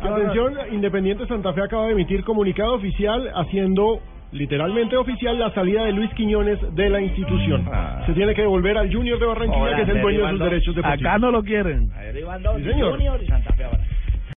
Atención, Independiente Santa Fe acaba de emitir comunicado oficial haciendo literalmente oficial la salida de Luis Quiñones de la institución. Ah. Se tiene que devolver al Junior de Barranquilla, Hola, que es el dueño de sus derivando- derechos deportivos. Acá no lo quieren. Derribando Sí, señor. Junior y Santa Fe ahora.